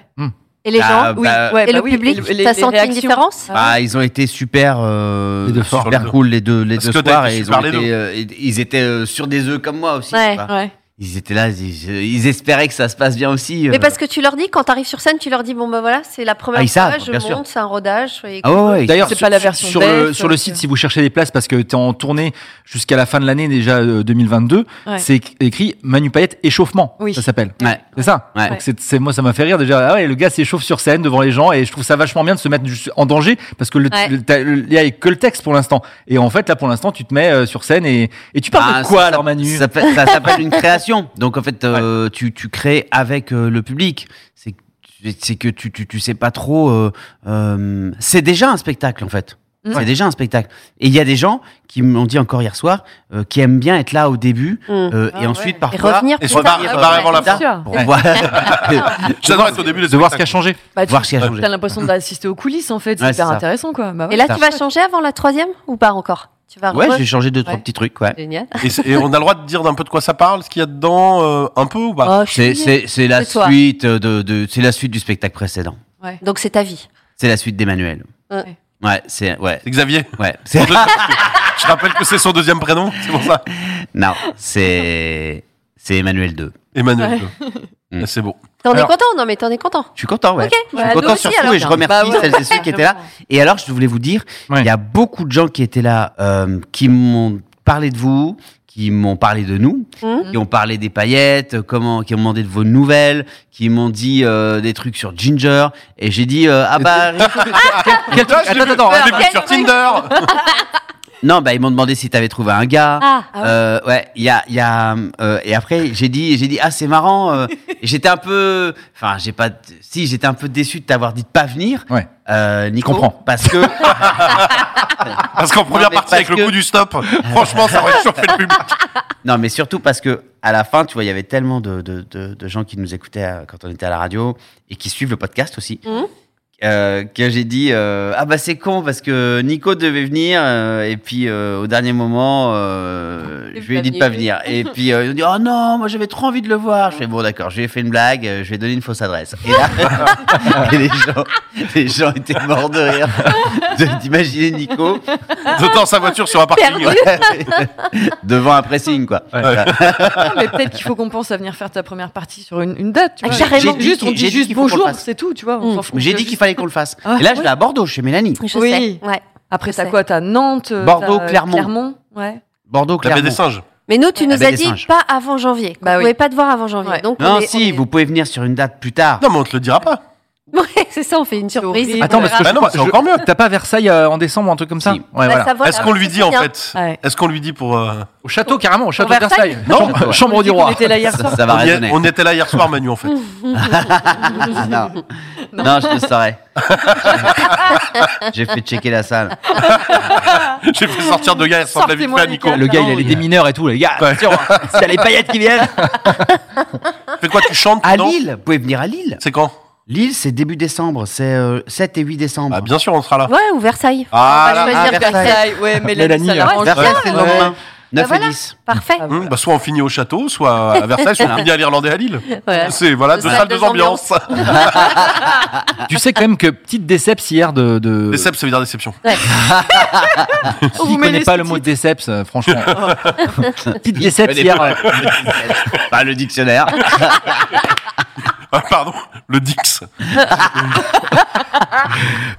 Et les Ah, gens. Oui, Bah, ouais, Et bah le oui, public. le- les- T'as les senti une réactions. différence Ah ouais. Ah, ils ont été super, euh, Les deux forts. super cool les deux, les Parce deux que t'as soirs été et ils super ont les été, deux. euh, ils- ils étaient euh, sur des œufs comme moi aussi. Ouais. tu vois. Ouais. Ils étaient là, ils, ils espéraient que ça se passe bien aussi. Mais euh. parce que tu leur dis, quand t'arrives sur scène, tu leur dis, bon bah voilà, c'est la première Ah, ils fois, savent, je bien sûr. monte, c'est un rodage. soyez ah ouais, ouais. D'ailleurs, C'est sur- pas la sur- version sur, belge, le, sur le donc, site, euh. si vous cherchez des places, parce que tu es en tournée jusqu'à la fin de l'année déjà euh, 2022, Ouais. c'est écrit Manu Payette échauffement, Oui. ça s'appelle. Ouais. C'est ça. Ouais. Donc c'est, c'est- moi, ça m'a fait rire déjà. Ah ouais, le gars s'échauffe sur scène devant les gens et je trouve ça vachement bien de se mettre juste en danger parce que le- Ouais. le- t'as- le- il y a que le texte pour l'instant. Et en fait, là, pour l'instant, tu te mets euh, sur scène et, et tu parles Ah, de quoi ça, alors, ça- Manu Ça, fait- ça s'appelle une création. Donc en fait, euh, tu, tu crées avec euh, le public. C'est c'est que tu, tu, tu sais pas trop. euh, euh, c'est déjà un spectacle en fait. Mm. C'est déjà un spectacle. Et il y a des gens qui m'ont dit encore hier soir euh, qui aiment bien être là au début Mm. euh, Ah et ouais. ensuite Et parfois revenir Et plus se barre- tard. Ah, se barre avant la Bien fin. sûr. pour voir, J'adore être au début des de voir ce qui a spectacles. changé. Bah, tu- voir ce qui a changé. T'as l'impression d'assister aux coulisses en fait, c'est Ouais, hyper c'est ça. intéressant quoi. Bah ouais. Et là, tu Ça. vas changer avant la troisième ou pas encore Tu vas Ouais, re- j'ai changé deux, trois Ouais. petits trucs, ouais. Génial. Et, c'est- et on a le droit de dire d'un peu de quoi ça parle, ce qu'il y a dedans, euh, un peu ou pas Oh, je C'est, suis nulle. c'est, c'est la C'est toi. suite de, de- c'est la suite du spectacle précédent. Donc c'est ta vie. C'est la suite d'Emmanuel. Ouais. Ouais, c'est, ouais, C'est Xavier (laughs) ouais. C'est, Je rappelle que c'est son deuxième prénom, c'est pour ça. non, c'est, c'est Emmanuel 2. Emmanuel. Mm. Ah, C'est bon. T'en es Alors- content Non, mais t'en es content. Je suis content, ouais. Ok. Je Bah, suis nous content aussi, surtout alors. et je remercie Bah ouais. celles et ceux (laughs) qui étaient là. Et alors, je voulais vous dire, Ouais. il y a beaucoup de gens qui étaient là, euh, qui m'ont parlé de vous, qui m'ont parlé de nous, Mhm. qui ont parlé des paillettes, euh, comment, qui ont demandé de vos nouvelles, qui m'ont dit euh, des trucs sur Ginger. Et j'ai dit, euh, ah bah, Quel truc Ah, je l'ai Attends, vu. attends, Je l'ai attends. vu sur Tinder. non, bah, ils m'ont demandé si t'avais trouvé un gars. Ah, Euh, ouais, il y a, il y a, euh, et après j'ai dit, j'ai dit, ah c'est marrant. euh, et j'étais un peu, enfin j'ai pas, si j'étais un peu déçu de t'avoir dit de pas venir. Ouais. Euh, Nico, comprends. Parce que Parce qu'en première mais partie, parce avec le que- coup du stop, franchement, ça aurait chauffé le public. non, mais surtout parce que à la fin, tu vois, il y avait tellement de, de, de, de gens qui nous écoutaient euh, quand on était à la radio et qui suivent le podcast aussi. Mhm. euh, que j'ai dit euh, ah bah c'est con parce que Nico devait venir euh, et puis euh, au dernier moment euh, Il est Je lui ai dit de pas venir. (laughs) Et puis euh, il me dit oh non, moi j'avais trop envie de le voir. Je fais bon d'accord, je lui ai fait une blague, euh, je vais donner une fausse adresse. Et là, (laughs) et les gens, les gens étaient morts de rire de- d'imaginer Nico D'autant sa voiture sur un parking. Perdu. devant un pressing quoi. Non, mais peut-être qu'il faut qu'on pense à venir faire ta première partie sur une, une date. Tu Ah, vois. carrément. J'ai dit- Juste, on j'ai dit dit juste qu'il faut qu'on le bonjour, fasse. c'est tout, tu vois. on Mm. s'en fout. J'ai dit qu'il fallait qu'on le fasse. Et là, je l'ai à Bordeaux chez Mélanie. Je Oui. sais. Ouais. Après, Je t'as sais. quoi T'as Nantes, euh, Bordeaux, t'as, euh, Clermont. ouais. Bordeaux, La baie Clermont. des singes. Mais nous, tu Ah, nous ben, as des dit singes. pas avant janvier. Bah vous oui. pouvez pas te voir avant janvier. Ouais. Donc on Non, est- si, on est- vous pouvez venir sur une date plus tard. Non, mais on te le dira pas. (laughs) Ouais, c'est ça, on fait une surprise. horrible. Attends, parce que Bah je non, crois- c'est encore je- mieux. T'as pas Versailles euh, en décembre ou un truc comme ça Si. Ouais, On va voilà. savoir. Est-ce qu'on lui dit en Bien. fait Ouais. Est-ce qu'on lui dit pour. euh, Au château, carrément, au château de Versailles Versailles. Non, Ouais. chambre du On roi. (laughs) était là hier Ça, soir. ça va on, y est- résonner. on était là hier soir, Manu, en fait. (laughs) non. non, je le saurais. J'ai fait checker la salle. J'ai fait sortir deux gars hier soir de la ville Sortez-moi à les Nico. gars. Ah, Le gars, il a les démineurs et tout, les gars. Ouais. (laughs) Sûr, hein. Si T'as les paillettes qui viennent. Fais quoi Tu chantes À non Lille, vous pouvez venir à Lille. C'est quand Lille, c'est début décembre, c'est euh, 7 et 8 décembre. Bah, Bien sûr, on sera là. Ouais, bah, ou Versailles. Ah, on va là, choisir ah, Versailles. Versailles, ouais, mais la Mélanie, ça euh, l'arrange. Versailles, c'est le Ouais. lendemain. 9 voilà. et 10. Parfait. Hum, bah, soit on finit au château, soit à Versailles, soit on finit à l'Irlandais à Lille. Ouais. C'est voilà, Deux deux salles, salles, deux deux ambiances. ambiances. (laughs) Tu sais quand même que petite déceps hier de. de... Déception, ça veut dire déception. On Qui vous met connaît les pas le mot sous-titres. déceps, (laughs) euh, franchement. petite déceps hier. ouais. Pas le dictionnaire. (laughs) Ah, pardon, le Dix.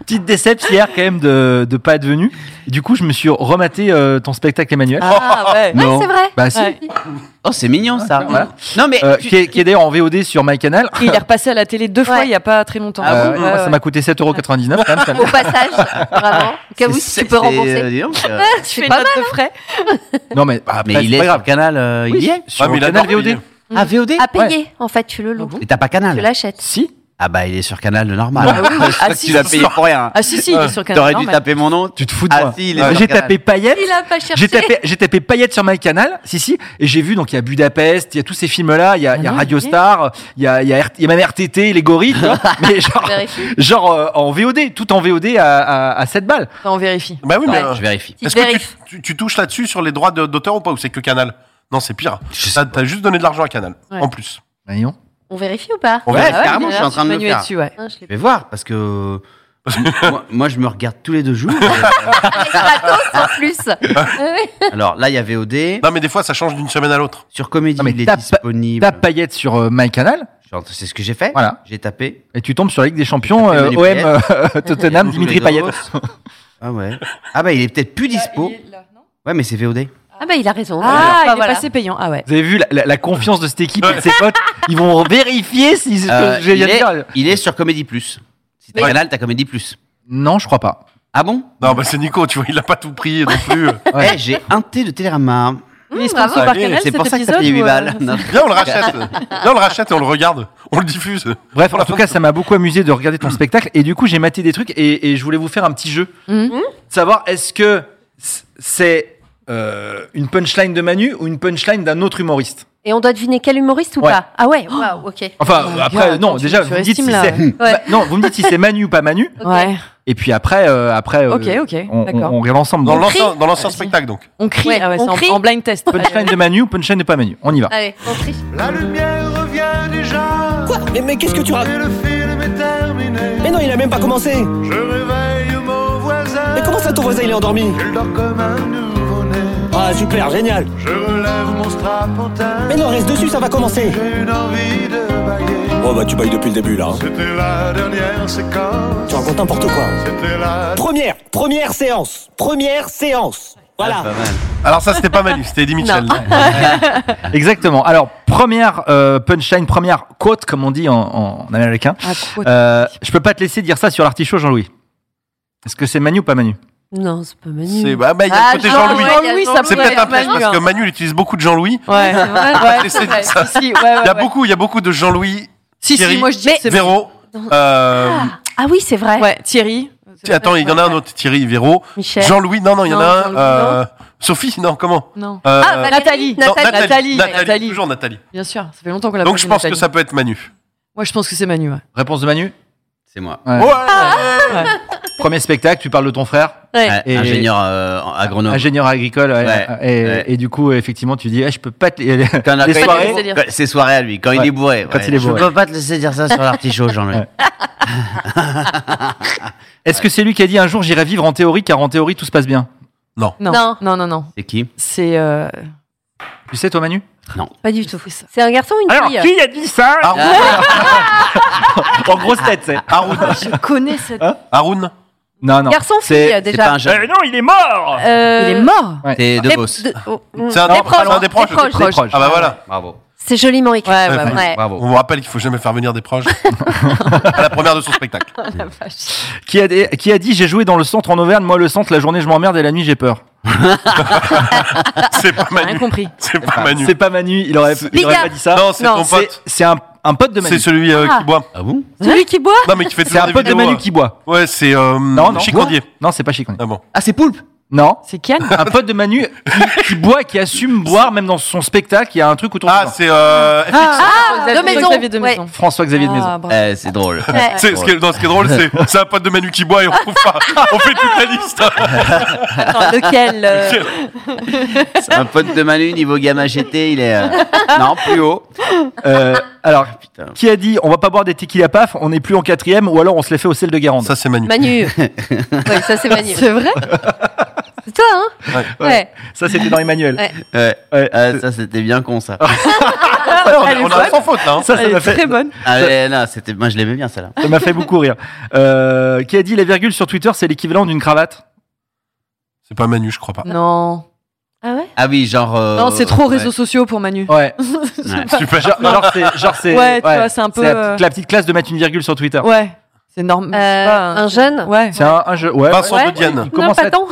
Petite déception hier quand même de de pas être venu. Du coup, je me suis rematé euh, ton spectacle Emmanuel. Ah ouais. Ouais, c'est vrai. Bah si. Ouais. Oh, c'est mignon ça. Voilà. Non, mais Euh, tu- qui est, qui est d'ailleurs en VOD sur MyCanal. Et il est repassé à la télé deux fois Ouais. il y a pas très longtemps. Ah Euh, Ouais, moi, ouais. ça m'a coûté 7,99€ quand même. ça me- Au passage, vraiment. Comme vous, si c'est- tu peux c'est- rembourser. euh, dis donc, euh, Tu fais pas pas mal de frais. Non mais, bah, mais après, il c'est est pas sur grave. le canal. euh, il y est Sur Ah, mais il Canal adore, VOD. Ah, VOD À payer, en fait, tu le loues. Et t'as pas Tu canal l'achètes. Si. Ah, bah, il est sur canal le normal. Ah, (laughs) tu si, l'as si, payé si. pour rien. Ah si si, il est sur Canal. T'aurais dû normal. taper mon nom. Tu te fous de Ah, moi. si, il est sur J'ai Canal. tapé paillettes. Il a pas J'ai cherché. tapé, j'ai tapé paillettes sur My Canal, si si, et j'ai vu donc il y a Budapest, il y a tous ces films là, il y a, il y a Ah non, Radio ok. Star, il y a, il y a R- il y a même RTT, les gorilles, tu (laughs) vois, mais genre, Bah Vérifie. genre euh, en VOD, tout en VOD à, à, à 7 balles. Attends, on vérifie. Bah oui, mais. euh, Je vérifie. Petite Est-ce que tu, vérif. tu- tu touches là-dessus sur les droits de- d'auteur ou pas Ou c'est que Canal Non, c'est pire. T'as t'as juste donné de l'argent à Canal, Ouais. en plus. Mais non. On vérifie ou pas On Ouais, verra. Ah ouais, carrément, mais je suis en train de le Manu est faire. dessus, ouais. Non, je l'ai Je vais voir parce que. moi, moi, je me regarde tous les deux jours. Euh, pas. Ah, gratos en plus. Ouais. Alors là, il y a VOD. Non, mais des fois, ça change d'une semaine à l'autre. Sur Comédie, Non, mais il est tape- disponible. Tape paillettes sur euh, My Canal, Genre, C'est ce que j'ai fait. Voilà. J'ai tapé. et tu tombes sur la Ligue des Champions, J'ai euh, tapé OM, Manu euh, (laughs) Tottenham, Dimitri Payet. Bezos. Ah ouais. Ah bah, il est peut-être plus dispo. Ouais, mais c'est VOD. Ah bah il a raison. Ah, il est voilà. passé payant. Ah ouais. Vous avez vu la, la- la confiance de cette équipe (laughs) et de ses potes Ils vont vérifier si ce que Euh, je il, viens de est, dire. il est sur Comédie Plus. Si t'as Mais- Canal, t'as Comédie Plus. Non, je crois pas. Ah bon Non, bah c'est Nico, tu vois, il a pas tout pris non plus. Ouais. Eh, j'ai un thé de Télérama. Eh, Il est sponsor bravo. par Allez, Ah, Canal C'est cet pour ça que épisode. t'as payé 8 ou, euh, balles. Non. Viens, on le (laughs) rachète. Viens, on le rachète et on le regarde. On le diffuse. Bref, en tout cas, ça m'a beaucoup amusé de regarder ton spectacle. Et du coup, j'ai maté des trucs et, et je voulais vous faire un petit jeu. Mhm. Mmh. Savoir est-ce que c'est euh, une punchline de Manu ou une punchline d'un autre humoriste Et on doit deviner quel humoriste ou Ouais. pas Ah ouais, waouh, ok. Enfin, euh, Oh, après, regarde, non, attends, tu- déjà, tu vous me dites si surestimes, là. c'est. Ouais. Bah, non, vous me dites si c'est Manu ou pas Manu. Ouais. Et puis après, euh, après euh, Ok, ok. on, on- D'accord. on regarde ensemble. Dans Donc, l'ancien dans l'ancien Vas-y. spectacle, donc. On crie, Ouais, ah ouais, on c'est en- crie. en blind test. punchline de Manu ou punchline de pas Manu On y va. Allez, on triche. Quoi Mais, mais qu'est-ce que tu racontes Mais non, il a même pas commencé Mais comment ça, ton voisin, il est endormi Ah, super, génial Mais non, reste dessus, ça va commencer Oh bah, tu bailles depuis le début, là. hein. Tu racontes n'importe quoi. Première, première séance Première séance Voilà Pas mal. Alors, ça, c'était pas Manu, c'était Eddie Mitchell. Exactement. Alors, première euh, punchline, première quote, comme on dit en, en américain. Ah, quoi Euh, je peux pas te laisser dire ça sur l'artichaut, Jean-Louis. Est-ce que c'est Manu ou pas Manu Non, c'est pas Manu. C'est bah, bah, il y a Ah, le côté Jean-Louis. Jean-Louis. Jean-Louis, ça C'est pourrait peut-être un être piège Manu. parce que hein. Manu, il utilise beaucoup de Jean-Louis. Ouais, c'est vrai, ouais, laisser c'est dire vrai. ça. Si, si, ouais, ouais, Il y a ouais. beaucoup, il y a beaucoup de Jean-Louis, Si, si, Thierry, moi je dis que c'est Véro. euh, Ah oui, c'est vrai. Ouais, Thierry. ti- attends, il y en a un autre, Thierry, Véro. Michel. Jean-Louis, non, non, il y en a Non, un. Jean-Louis, euh, Sophie, non, comment Non. Euh, Ah, Valérie. Nathalie. bah, non, Nathalie. Nathalie, Nathalie, Nathalie, Nathalie. toujours Nathalie. Bien sûr, ça fait longtemps qu'on l'a pas Donc je vu, pense que Nathalie. ça peut être Manu. Moi je pense que c'est Manu. ouais. Réponse de Manu C'est moi. Ouais. Ouais. Premier spectacle, tu parles de ton frère, Ouais. Ouais, Et- Ingénieur euh, en- agronome. ingénieur agricole, ouais. Ouais. Et, Ouais. et du coup, effectivement, tu dis, Eh, je peux pas te... les (laughs) Quand on a- les quand il- soirées. C'est délire. quand- C'est soirée à lui, quand il Ouais. est bourré. Quand ouais. il est bourré. Je peux pas te laisser dire ça sur (laughs) l'artichaut, Jean-Louis. Ouais. Est-ce que c'est lui qui a dit un jour j'irai vivre en théorie car en théorie tout se passe bien Non, Non. non, non, non. non. C'est qui C'est. euh, Tu sais, toi, Manu Pas du tout. c'est ça. C'est un garçon ou une fille a dit ça En grosse tête, c'est. Ah, Haroun. Je connais cette. Haroun. Non, non. Garçon ou C'est- fille C'est pas Ah euh, déjà un jeune. Euh, non, il est mort Euh, Il est mort Ouais. C'est De des- Vos. de- oh, mm. C'est un, Des des proches, c'est un des proches. des proches. proches. Ah bah voilà. Bravo. C'est joliment écrit. Ouais, ouais, Ouais, ouais. Ouais. Bravo. On vous rappelle qu'il faut jamais faire venir des proches à la première de son spectacle. Qui a, dé- qui a dit j'ai joué dans le centre en Auvergne, moi le centre, la journée je m'emmerde et la nuit j'ai peur C'est pas J'ai rien Manu. compris. C'est pas Manu. Ah, C'est pas Manu, il aurait, il Big aurait up. pas dit ça. Non, c'est Non, ton C'est- pote. C'est un, un pote de C'est Manu. celui euh, qui boit. Ah bon Celui qui boit Non, mais qui fait C'est toujours un des pote de vidéos. Manu qui boit. euh. Ouais, c'est euh, Non, non. Chicandier. Non, c'est pas Chicandier. Ah bon. Ah, c'est Poulpe Non. C'est Kian Un pote de Manu qui, qui boit, qui assume boire, même dans son spectacle, il y a un truc autour de Ah, c'est euh, FX. de maison. Xavier de maison. François-Xavier de Maison. Ah, bravo. Eh, C'est drôle. Ouais. C'est- ce qui est, non, ce qui est drôle, c'est c'est un pote de Manu qui boit et on trouve pas. On fait toute la liste. (laughs) Attends, lequel euh, C'est Un pote de Manu, niveau gamma GT, il est. euh, Non, plus haut. Euh, alors, Putain. qui a dit on va pas boire des tequila paf, on n'est plus en quatrième ou alors on se les fait au sel de Guérande Ça, c'est Manu. Manu. oui, ça c'est Manu. C'est vrai C'est toi, hein Ouais. Ouais. Ça, c'était (laughs) dans Emmanuel. Ouais. Ouais. Ouais. Ah, ça, c'était bien con, ça. Ah, on- euh, On est- on a sans faute là. hein. Ça, ça Elle m'a est fait, très bonne. Ah, mais non, c'était. Moi, je l'aimais bien, celle-là. ça m'a fait beaucoup rire. Euh, qui a dit la virgule sur Twitter, c'est l'équivalent d'une cravate C'est pas Manu, je crois pas. Non. Ah ouais Ah oui, genre. euh, Non, c'est trop ouais. réseaux sociaux pour Manu. (laughs) Ouais. (laughs) Ouais. Super. Genre, genre, c'est. genre, c'est- Ouais, tu vois, c'est un peu, la, petite, euh, la petite classe de mettre une virgule sur Twitter. Ouais. C'est normal. Euh, un jeune Ouais. C'est un, un jeu. Ouais. Vincent Ouais. de Diane. Il commence, non, pas à, tant.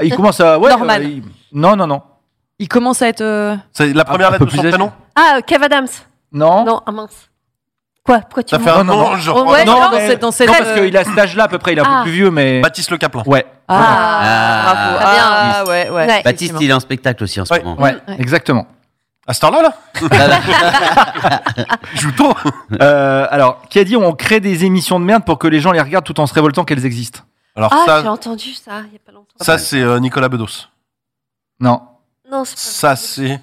il commence à. Ouais, Normal. euh, il- Non, non, non. Il commence à être. euh, C'est la première Un lettre peu de son plus âgé. prénom. Ah, Kev Adams. Non. Non, ah mince. Quoi Pourquoi tu Ça me- fait un non, non. nom, genre. Ouais, non, dans mais- cette- dans cette- non, parce euh, qu'il a cet âge-là à peu près, il est un Ah. peu plus vieux, mais. Baptiste Le Caplan. Ouais. Ah, Ah. bravo. Ah, bien. Ah, ouais, ouais. Ouais. Baptiste, il est en spectacle aussi en ce Ouais. moment. Mm, Ouais, exactement. À ce temps-là, là Ah, (laughs) Joue tôt. Euh, alors, qui a dit on crée des émissions de merde pour que les gens les regardent tout en se révoltant qu'elles existent Alors Ah, j'ai ça, entendu ça il y a pas longtemps. ça c'est euh, Nicolas Bedos. Non. Non, c'est Ça pas. c'est.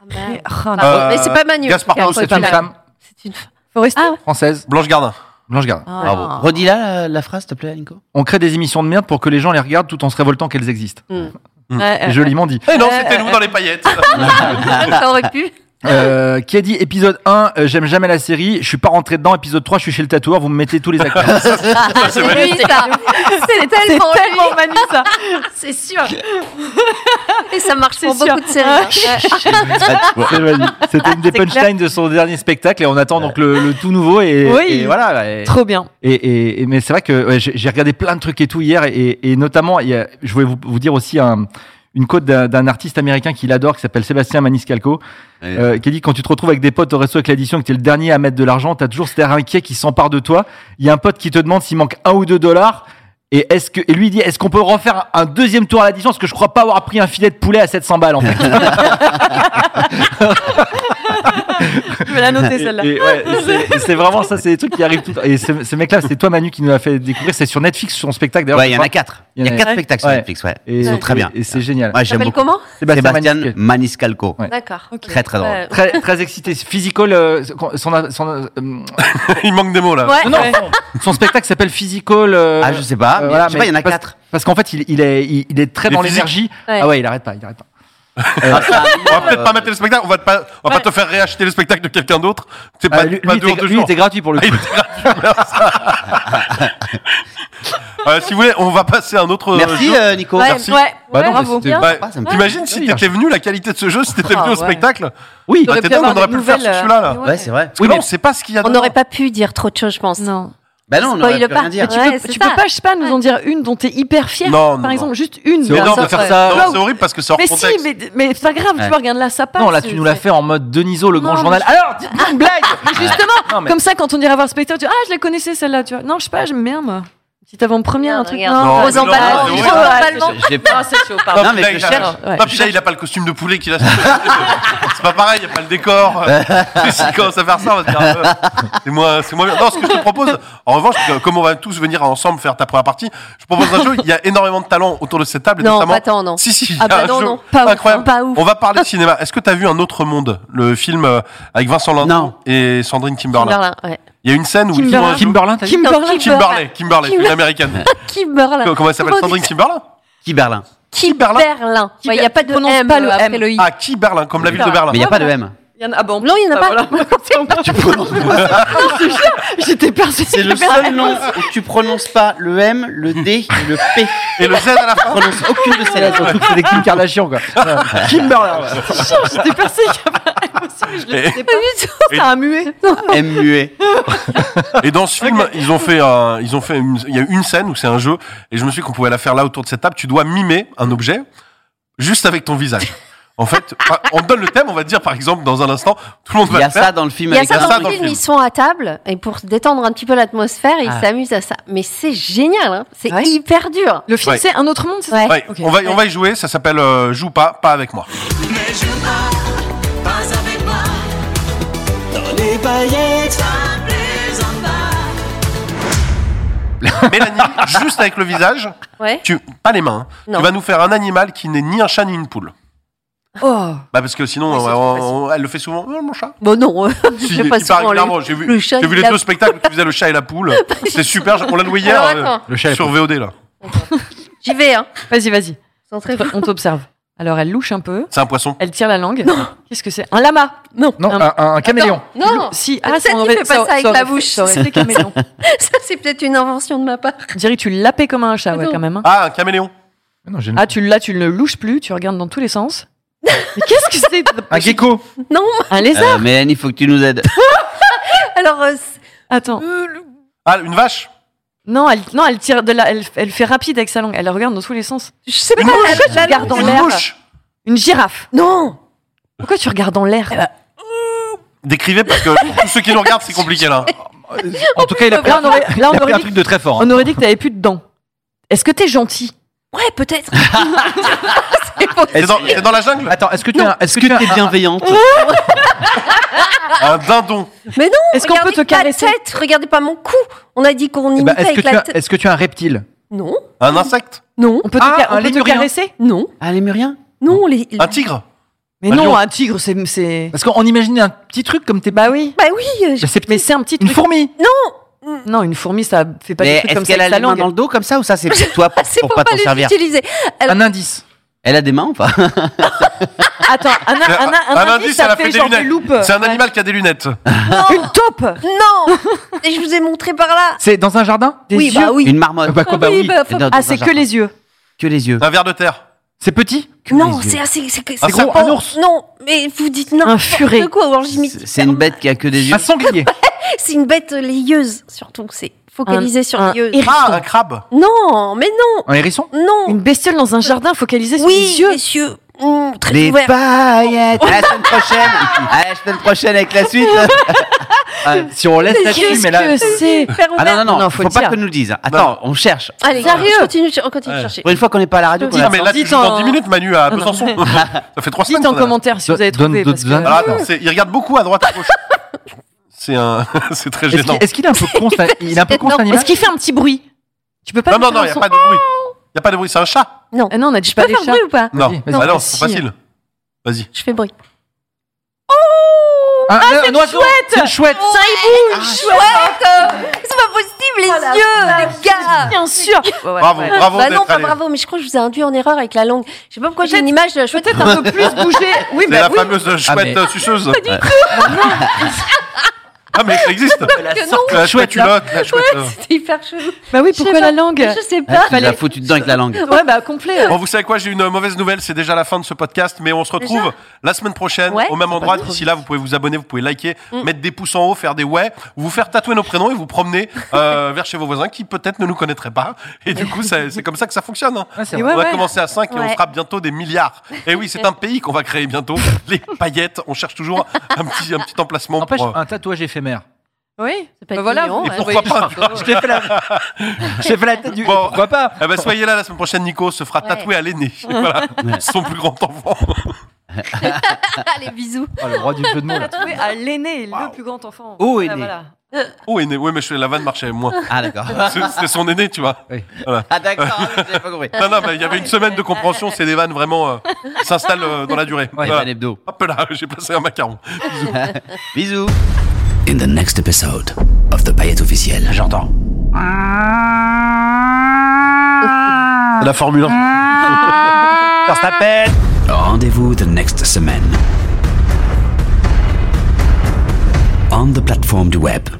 Ah, merde. Ah, non. Pardon, Euh, mais c'est pas Manu. Gaspard C'est Noé, Oh, Gaspard C'est une Noé. femme C'est une femme. Forestier Ah, ouais. française, Blanche Gardin. Blanche Gardin. Ah. Bravo. Redis-la la, la phrase, s'il te plaît, Nico. On crée des émissions de merde pour que les gens les regardent tout en se révoltant qu'elles existent. Ouais, C'est ouais. Joliment dit. Eh non, Euh, c'était euh, nous dans les paillettes. (laughs) ça aurait pu. Euh, qui a dit épisode 1, euh, j'aime jamais la série, je suis pas rentré dedans, épisode 3, je suis chez le tatoueur, vous me mettez tous les acteurs. C'est lui, ça. C'est C'est tellement lui. tellement Manu ça. C'est (laughs) sûr. Et ça marche C'est pour sûr. beaucoup de séries. hein. Ouais. C'est joli. C'était une des Ah, C'est punchlines de son dernier spectacle et on attend donc le, le tout nouveau et, Oui. et voilà. (laughs) Et, Trop bien. et- et- et- mais c'est vrai que ouais, j'ai j'ai regardé plein de trucs et tout hier et, et notamment, il y a- je voulais vous, vous dire aussi un- une quote d'un d'un artiste américain qu'il adore qui s'appelle Sébastien Maniscalco euh, qui a dit quand tu te retrouves avec des potes au resto avec l'addition et que t'es le dernier à mettre de l'argent, t'as toujours cet air inquiet qui s'empare de toi. Il y a un pote qui te demande s'il manque un ou deux dollars. Et, est-ce que, et lui il dit, est-ce qu'on peut refaire un deuxième tour à l'addition Parce que je crois pas avoir pris un filet de poulet à 700 balles (laughs) en fait. Je vais la noter celle-là. Et- et ouais, c'est- c'est vraiment ça, c'est des trucs qui arrivent tout le temps. Et ce, ce mec-là, c'est toi Manu qui nous l'a fait découvrir, c'est sur Netflix, son spectacle d'ailleurs. Ouais, il y en a quatre. Il y en a a- quatre spectacles sur Ouais. Netflix, ouais. Et- Ils sont et- très bien. Et c'est génial. Ouais, Ça j'aime s'appelle beaucoup. comment Sébastien Maniscalco. Maniscalco. Ouais. D'accord. ok. Très, très drôle. Ouais. Très, très excité. Physical. euh, son, son, euh, Il manque des mots là. Ouais. non, non, son, son spectacle s'appelle Physical. euh, Ah, je sais pas. euh, mais voilà, je sais pas, il y en a parce- quatre. Parce qu'en fait, il, il est, il, il est très Les dans physiques. l'énergie. Ouais. Ah ouais, il arrête pas, il arrête pas. Ah, ça, On va peut-être pas mater le spectacle, on va, te pas, on va pas te faire réacheter le spectacle de quelqu'un d'autre. C'est Ah, Bah, pas, lui, pas lui, deux en était, deux lui jours. était gratuit pour le Ah, il coup. était gratuit, (laughs) merci. Euh, si vous voulez, on va passer à un autre. euh, Merci, jeu. euh, Nico. Ouais, Merci. ouais, ouais, Bah non, mais bravo. c'était- Bien. Ouais. Ah, ça me fait- T'imagines si Oui, t'étais venu, la qualité de ce jeu, si t'étais Ah, venu au ouais. spectacle Oui, T'aurais Bah, t'es pu dingue, avoir euh, on aurait des pu le faire sur nouvelles, celui-là. Là. ouais. Ouais, c'est vrai. Oui, mais mais- on sait pas ce qu'il y a On dedans. n'aurait pas pu dire trop de choses, je pense. Non. Bah non, on aurait Spoil pu pas. rien dire. Ouais, c'est tu ça. peux pas, je sais pas, nous en dire une dont t'es hyper fier. Non, non, Par exemple, non. juste une. C'est énorme Comme de faire ouais. ça. Wow. Non, c'est horrible parce que c'est hors Mais si, contexte. mais, mais c'est pas grave, Ouais. tu vois, regarde là, ça passe. Non, là, tu nous l'as c'est- fait en mode Deniso, le grand Non, journal. mais- Alors, dites-moi une blague Justement, Non, mais- comme ça, quand on ira voir le spectacle, tu dis, ah, je la connaissais celle-là, tu vois. Non, je sais pas, j'aime bien, moi. Petite avant-première, Non, un truc. regarde. Non, Rose mais en non, ballon, mais Rose non, en mais ballon. Je l'ai pas. c'est chaud, Non, Non, mais je là, Ah, il a- cherche. Ouais. Non, puis là, il a pas le costume de poulet qu'il a. C'est pas pareil, y a pas le (laughs) décor. Euh, si on commence à faire ça, on va se dire. euh, c'est moi, c'est moi. Non, ce que je te propose, en revanche, que comme on va tous venir ensemble faire ta première partie, je propose un jeu. Il y a énormément de talents autour de cette table, et Non, notamment. pas tant, non. Si, si. il y Ah a bah un non, jeu non, pas ouf, hein, incroyable. pas ouf. On va parler de cinéma. Est-ce que t'as vu Un autre monde, le film euh, avec Vincent Lindon Non. et Sandrine Kimberlin Kimberlin, ouais. Il y a une scène où ils Kimberlin. font un jeu- Kimberlin, t'as dit Kimberlin. Kimberley, Kimberley, Kimberley. une (laughs) américaine. Kimberlin. Comment elle s'appelle Comment on Sandrine dit ça Kimberlin Qui Berlin Kimberlin. Il n'y a pas de Prononce M. pas le après M. le I. Ah, qui Berlin, comme la ville de Berlin. Mais il n'y a pas de M. Il y en a, ah bon, Non, il y (laughs) en a bah pas. voilà. (laughs) C'est sûr, J'étais persuadée. C'est le qu'il y avait seul nom où tu prononces pas le M, le D et le P. Et le Z à la fin. Tu prononces aucune de ces lettres. C'est des (laughs) (laughs) Kim Kardashian, quoi. Euh, Kimberlin. ouais. un- Sûr, J'étais persuadée qu'il y avait un impossible, je le sais pas. Et- Ça a muet. M E. muet. Et dans ce film, ils ont fait, un- ils ont fait, une- il y a une scène où c'est un jeu, et je me suis dit qu'on pouvait la faire là autour de cette table. Tu dois mimer un objet juste avec ton visage. En fait, (laughs) par- on te donne le thème, on va te dire par exemple dans un instant, tout le monde Il va y le a ça faire. dans le film. Il y a avec ça ça dans dans le le film, film. ils sont à table et pour détendre un petit peu l'atmosphère, ils Ah. s'amusent à ça. Mais c'est génial, hein. c'est Ouais. hyper dur. Le film, Ouais. c'est un autre monde, c'est ça Ouais. Ouais, Ok. on va, on va y jouer. Ça s'appelle euh, joue pas, pas avec moi. Dans les paillettes. (laughs) Mélanie, juste avec le visage, Ouais. tu, pas les mains. hein. Non. Tu vas nous faire un animal qui n'est ni un chat ni une poule. Oh. Bah parce que sinon, Oui, c'est on- trop on- facile. on- elle le fait souvent. Oh, mon chat. Bon non, euh, Si, je fais pas hyper souvent le- régulièrement. J'ai vu, le chat j'ai vu et les la- deux spectacles qui faisaient le chat et la (laughs) poule. C'est super. On l'a loué hier Alors, euh, attends. Le chat est sur VOD là. j'y vais. Hein. Vas-y, vas-y. Sans très- On t'observe. Alors, elle louche un peu. C'est un poisson. Elle tire la langue. Qu'est-ce que c'est Un lama. Non, un, un caméléon. (laughs) Non, Si. Ça, tu fais pas ça aurait avec la Ah, fait- bouche. Ça aurait été (laughs) caméléon. ça c'est peut-être une invention de ma part. Je dirais que tu l'appais comme un chat, ouais, Non. quand même. hein. Ah, un caméléon. Non, j'ai une- Ah, tu l'as, tu ne le louches plus, tu regardes dans tous les sens. Mais qu'est-ce que c'est Un gecko. Non, Un lézard Euh, Mélanie, faut que tu (laughs) nous aides. alors euh, c'est- euh, Attends. Ah, une vache. Non, elle, non, elle tire de la, elle, elle fait rapide avec sa langue. Elle regarde dans tous les sens. je sais pas. Une mouche. la- la- la- Regarde dans une l'air. mouche. Une girafe. Non, Pourquoi tu regardes dans l'air Décrivez parce que pour tous ceux qui nous regardent, c'est compliqué là. En tout cas, il a pris Là, on aurait, là, on (laughs) il a pris aurait un dit, truc de très fort. hein. on aurait dit que t'avais plus de dents. Est-ce que t'es gentil ouais peut-être. (laughs) C'est possible. C'est dans, c'est dans la jungle. Attends, est-ce que tu as, est-ce que tu T'es as un- bienveillante. Un dindon. Mais non, Est-ce qu'on regardez peut te pas la caresser tête, regardez pas mon cou. On a dit qu'on Eh imitait ben, est-ce avec que tu la as, tête. est-ce que tu as un reptile Non, Un insecte. non, On peut te, Ah, ca- un on peut te lémurien. caresser non, Ah, les muriens non. Les, Un tigre. Mais Un non, lion. un tigre, c'est, c'est. Parce qu'on imaginait un petit truc comme tes. Bah oui. Bah oui, euh, je- Bah, c'est Mais petit. c'est un petit Une truc. fourmi. Non, une fourmi, ça fait pas des Mais trucs est-ce comme ça qu'elle a avec sa les mains langue. dans le dos comme ça ou ça c'est pour toi pour, (laughs) c'est pour pour pas pas t'en les servir utiliser. Un indice. Elle a des mains ou pas Attends, un, un, un, un, Un indice, indice, elle ça a fait fait des genre des lunettes. loupes. C'est un Ouais. animal qui a des lunettes. Une taupe. Non, et je vous ai montré par là. C'est dans un jardin Des oui, yeux. bah oui. Une marmotte. Euh, Bah quoi, bah oui. bah, faut- Non, dans Ah, un c'est jardin. que les yeux. que les yeux. Un ver de terre. C'est petit. Que non, les yeux. c'est assez. C'est que- Un c'est- serpent. Un ours. Non, mais vous dites Un n'importe furet. quoi. ou alors j'imite- C'est- C'est une bête qui a que des yeux. Un sanglier. C'est une bête lieuse, surtout. C'est focalisé sur un les yeux. Ah, un crabe. Non, mais non, Un hérisson. non. Une bestiole dans un jardin focalisée sur Oui, les yeux. messieurs. Mmh, très Les ouvert. paillettes. À la semaine prochaine. À la semaine prochaine avec la suite. hein. Ah, Si on laisse là-dessus, Qu'est-ce mais là. que c'est Hyper Ah ouvert. non, non, non, Non, faut, faut pas dire. qu'on nous le dise. Attends, on cherche. Allez, Sérieux on continue, on continue de chercher. Pour une fois qu'on n'est pas à la radio, qu'on Non, a- Ah, mais là, tu dites joues dans en- 10 minutes, Manu, à non. Besançon. Ça fait 3 semaines. Dites en qu'on a- commentaire si vous avez Donne trouvé. d'autres parce que- indices. Alors, attends, c'est- il regarde beaucoup à droite à gauche. C'est un, (laughs) c'est très Est-ce gênant. qu'il- est-ce qu'il est un peu con, cet- il est un peu con, cet animal Est-ce qu'il fait un petit bruit Tu peux pas. Non, nous non, faire non, un il n'y a son pas de bruit. Il n'y a pas de bruit, c'est un chat. Ah non, on a dit Je pas peux des faire chats. bruit ou pas Non, Vas-y, vas-y. bah Non, non, si. c'est facile. Vas-y. Je fais bruit. Un, Ah, un- un oiseau. C'est une chouette. Oh. ah, C'est pas possible, les yeux, les gars Bien sûr. Ouais, ouais, Bravo, ouais. bravo Bah non, d'être pas allé. bravo, mais je crois que je vous ai induit en erreur avec la langue. Je sais pas pourquoi j'ai une image de la (laughs) chouette. Peut-être un peu (laughs) plus bouger. Oui, C'est bah la oui. fameuse chouette mais- euh, suceuse. (laughs) Ah, mais ça existe. Que non, La chouette chouette, là. culotte, la chouette. euh. c'est hyper chelou. Bah oui, Je sais pourquoi pas. la langue Je sais Ah, pas. tu l'as foutu dedans avec la langue. Ouais, bah (laughs) complet. Bon, vous savez quoi, j'ai une euh, mauvaise nouvelle, c'est déjà la fin de ce podcast, mais on se retrouve la semaine prochaine Ouais, au même c'est endroit. pas D'ici là, vous pouvez vous abonner, vous pouvez liker, mettre des pouces en haut, faire des ouais, vous faire tatouer nos prénoms et vous promener euh, vers chez vos voisins qui peut-être ne nous connaîtraient pas. Et du coup, ça- c'est comme ça que ça fonctionne. hein. Ah, c'est Et ouais, vrai. on va ouais. commencer à 5 et on Ouais. fera bientôt des milliards. Et oui, c'est un pays qu'on va créer bientôt. Les paillettes, on cherche toujours un petit, un petit emplacement N'empêche, pour... euh, un tatouage éphémère. Oui. Ça peut être Bah voilà. mignon, vous ouais. envoyez Pourquoi juste- Je t'ai fait la, je t'ai fait la tête du. Bon. Pourquoi pas (laughs) Ah bah, Eh ben, soyez là la semaine prochaine, Nico se fera (laughs) Ouais. tatouer à l'aîné. Voilà, son plus grand enfant. (laughs) Allez, bisous. Oh, le roi du jeu de mots, là. Tatoué à l'aîné, le plus grand enfant. Oh, Ah, aîné. voilà. Oh, aîné. Oui, mais je- la vanne marchait, moi. Ah, d'accord. C'est c'est son aîné, tu vois. Ah, d'accord, j'avais pas compris. Non, non, mais il y avait une semaine de compréhension, c'est des vannes vraiment euh, qui s'installent euh, dans la durée. Ouais, Voilà. Van Hebdo. Hop là, (laughs) j'ai passé un macaron. Bisous. In the next episode of The Payette Officiel. J'entends. La Formule 1. Rendez-vous the next semaine. On the platform du web.